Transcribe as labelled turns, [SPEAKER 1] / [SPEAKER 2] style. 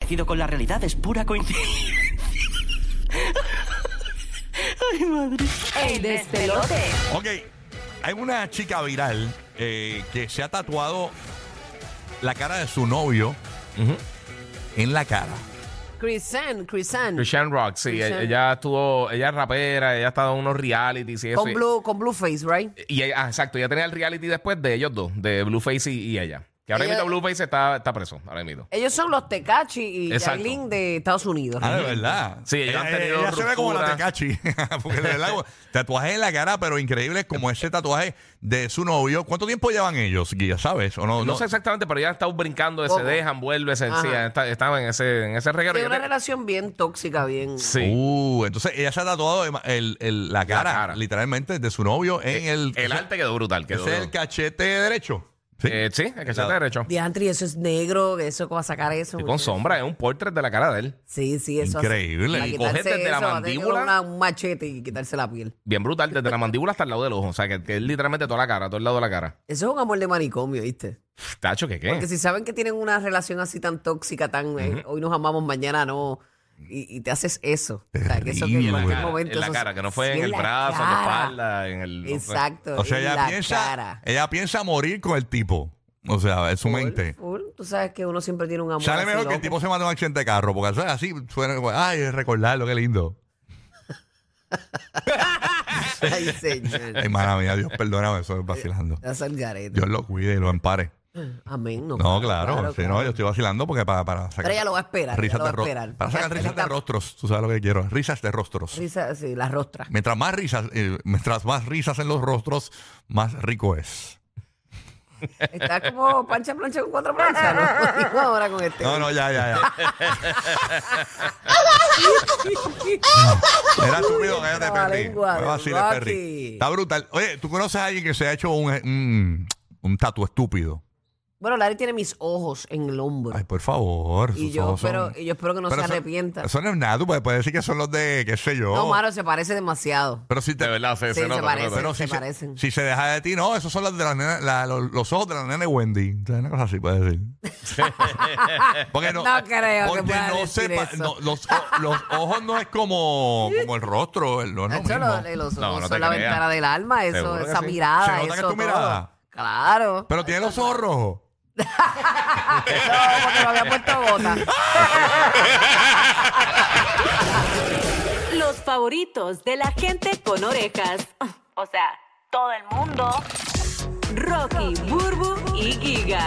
[SPEAKER 1] parecido con la realidad es pura coincidencia. Ay, madre.
[SPEAKER 2] El despelote.
[SPEAKER 3] Ok, hay una chica viral eh, que se ha tatuado la cara de su novio en la cara.
[SPEAKER 2] Crisan, Crisan.
[SPEAKER 4] Christian Rock, sí.
[SPEAKER 2] Christian.
[SPEAKER 4] Ella, ella estuvo, ella es rapera, ella ha estado en unos realities y eso.
[SPEAKER 2] Con, blue, con Blueface, right?
[SPEAKER 4] Y ella- ah, exacto, ella tenía el reality después de ellos dos, de Blueface y, y ella. Que ahora
[SPEAKER 2] Ella-
[SPEAKER 4] mismo Blueface está, está preso, ahora mismo.
[SPEAKER 2] Ellos son los Tecachi y
[SPEAKER 4] Exacto.
[SPEAKER 2] Yailin de Estados Unidos.
[SPEAKER 3] Ah, de verdad. eh,
[SPEAKER 4] Sí, ellos han tenido
[SPEAKER 3] ella se ve como la
[SPEAKER 4] ruptura.
[SPEAKER 3] tecachi. Porque de verdad, tatuaje en la cara, pero increíble como ese tatuaje de su novio. ¿Cuánto tiempo llevan ellos, Guía? ¿Sabes? ¿O no,
[SPEAKER 4] No, sé exactamente, pero ella ha estado brincando, se
[SPEAKER 2] ¿Cómo?
[SPEAKER 4] dejan, vuelve, se
[SPEAKER 2] Ajá.
[SPEAKER 4] sí, está- estaba en ese, en ese reguero.
[SPEAKER 2] Tiene
[SPEAKER 4] Ella
[SPEAKER 2] una
[SPEAKER 4] te-
[SPEAKER 2] relación bien tóxica, bien.
[SPEAKER 4] Sí.
[SPEAKER 3] Uh, entonces ella se ha tatuado el- el- el- la, cara,
[SPEAKER 4] cara.
[SPEAKER 3] literalmente, de su novio en el.
[SPEAKER 4] Eh, el arte quedó brutal, quedó.
[SPEAKER 3] Ese es el cachete derecho. Sí.
[SPEAKER 4] Eh, sí, el que se
[SPEAKER 3] La-
[SPEAKER 4] derecho.
[SPEAKER 2] Diantri, eso es negro, eso va a sacar eso.
[SPEAKER 4] Y con sombra, es un portrait de la cara de él.
[SPEAKER 2] Sí, sí, eso hace-
[SPEAKER 3] Increíble.
[SPEAKER 2] para
[SPEAKER 3] Y
[SPEAKER 2] quitarse
[SPEAKER 4] coger desde la
[SPEAKER 2] eso, va a tener que
[SPEAKER 4] mandíbula.
[SPEAKER 2] una- un machete y quitarse la piel.
[SPEAKER 4] Bien brutal, desde la mandíbula hasta el lado del ojo. O sea, que, que es literalmente toda la cara, todo el lado de la cara.
[SPEAKER 2] Eso es un amor de manicomio, ¿viste?
[SPEAKER 4] Tacho, ¿qué qué?
[SPEAKER 2] Porque si saben que tienen una relación así tan tóxica, tan eh, hoy nos amamos, mañana no, y, y te haces eso. O sea, que eso que en
[SPEAKER 3] Terrible.
[SPEAKER 2] cualquier
[SPEAKER 4] cara,
[SPEAKER 2] momento.
[SPEAKER 4] en la
[SPEAKER 2] eso-
[SPEAKER 4] cara, que no fue
[SPEAKER 2] sí,
[SPEAKER 4] en el
[SPEAKER 2] la
[SPEAKER 4] brazo, en la
[SPEAKER 2] cara.
[SPEAKER 4] espalda, en el. no fue-
[SPEAKER 2] Exacto.
[SPEAKER 3] O sea,
[SPEAKER 2] en
[SPEAKER 3] ella
[SPEAKER 2] la
[SPEAKER 3] piensa,
[SPEAKER 2] cara.
[SPEAKER 3] ella piensa morir con el tipo. O sea, en su mente.
[SPEAKER 2] Full, full. Tú sabes que uno siempre tiene un amor.
[SPEAKER 3] Sale
[SPEAKER 2] así
[SPEAKER 3] mejor que el
[SPEAKER 2] loco.
[SPEAKER 3] tipo se mate en un accidente de carro, porque o sea, así suena como, ay, recordarlo, qué lindo.
[SPEAKER 2] Ay, señor.
[SPEAKER 3] Ay, mala mía, Dios, perdóname, estoy vacilando.
[SPEAKER 2] Estás al garete.
[SPEAKER 3] Dios lo cuide y lo empare.
[SPEAKER 2] Amén. No,
[SPEAKER 3] No, claro, si no,
[SPEAKER 2] claro.
[SPEAKER 3] yo estoy vacilando porque para, para sacar.
[SPEAKER 2] Pero ella lo va a esperar, ella
[SPEAKER 3] Risas
[SPEAKER 2] lo va
[SPEAKER 3] de
[SPEAKER 2] a
[SPEAKER 3] ro-
[SPEAKER 2] esperar.
[SPEAKER 3] Para sacar
[SPEAKER 2] Ella-
[SPEAKER 3] risas
[SPEAKER 2] ella
[SPEAKER 3] de
[SPEAKER 2] está-
[SPEAKER 3] rostros, tú sabes lo que quiero, risas de rostros.
[SPEAKER 2] Risa, sí, la rostra.
[SPEAKER 3] Mientras más risas, eh, mientras más risas en los rostros, más rico es.
[SPEAKER 2] Está como pancha plancha con cuatro planchas. No, Digo ahora con este.
[SPEAKER 3] No, no, ya, ya, ya. Era estúpido, cállate, Perry.
[SPEAKER 2] Trabalengua
[SPEAKER 3] No
[SPEAKER 2] de
[SPEAKER 3] vaciles,
[SPEAKER 2] Rocky.
[SPEAKER 3] Perry. Está brutal. Oye, ¿tú conoces a alguien que se ha hecho un, un, un tatu estúpido?
[SPEAKER 2] Bueno, Larry tiene mis ojos en el hombro.
[SPEAKER 3] Ay, por favor.
[SPEAKER 2] y,
[SPEAKER 3] sus
[SPEAKER 2] yo
[SPEAKER 3] ojos son-
[SPEAKER 2] espero, y yo espero que no
[SPEAKER 3] Pero
[SPEAKER 2] se
[SPEAKER 3] eso-
[SPEAKER 2] arrepienta.
[SPEAKER 3] Eso no es nada, tú puedes, puedes decir que son los de, qué sé yo.
[SPEAKER 2] no, Maro, se parece demasiado.
[SPEAKER 3] Pero si te...
[SPEAKER 4] De verdad,
[SPEAKER 2] Sí,
[SPEAKER 4] se, se
[SPEAKER 2] se
[SPEAKER 4] nota.
[SPEAKER 2] parece.
[SPEAKER 4] nota.
[SPEAKER 3] pero
[SPEAKER 2] se
[SPEAKER 3] si,
[SPEAKER 2] parecen.
[SPEAKER 3] se, si se deja de ti, no, esos son los, de la nena- la- los, los ojos de la nena de Wendy. Entonces, Una cosa así puedes decir. Porque no,
[SPEAKER 2] No creo que
[SPEAKER 3] porque
[SPEAKER 2] pueda
[SPEAKER 3] no
[SPEAKER 2] decir
[SPEAKER 3] sepa-
[SPEAKER 2] eso.
[SPEAKER 3] no, los, o- los ojos no es como, como el rostro, el- no es lo
[SPEAKER 2] Eso
[SPEAKER 3] mismo.
[SPEAKER 2] lo- los
[SPEAKER 4] No,
[SPEAKER 2] ojos
[SPEAKER 4] no te
[SPEAKER 2] son la
[SPEAKER 4] creas.
[SPEAKER 2] ventana del alma, eso,
[SPEAKER 4] Seguro que
[SPEAKER 2] esa
[SPEAKER 4] sí.
[SPEAKER 2] mirada.
[SPEAKER 3] Se nota que
[SPEAKER 2] eso
[SPEAKER 3] es tu mirada.
[SPEAKER 2] todo. Claro.
[SPEAKER 3] Pero tiene los ojos rojos.
[SPEAKER 2] No, porque me había puesto gota.
[SPEAKER 5] Los favoritos de la gente con orejas. O sea, todo el mundo. Rocky, Burbu y Giga.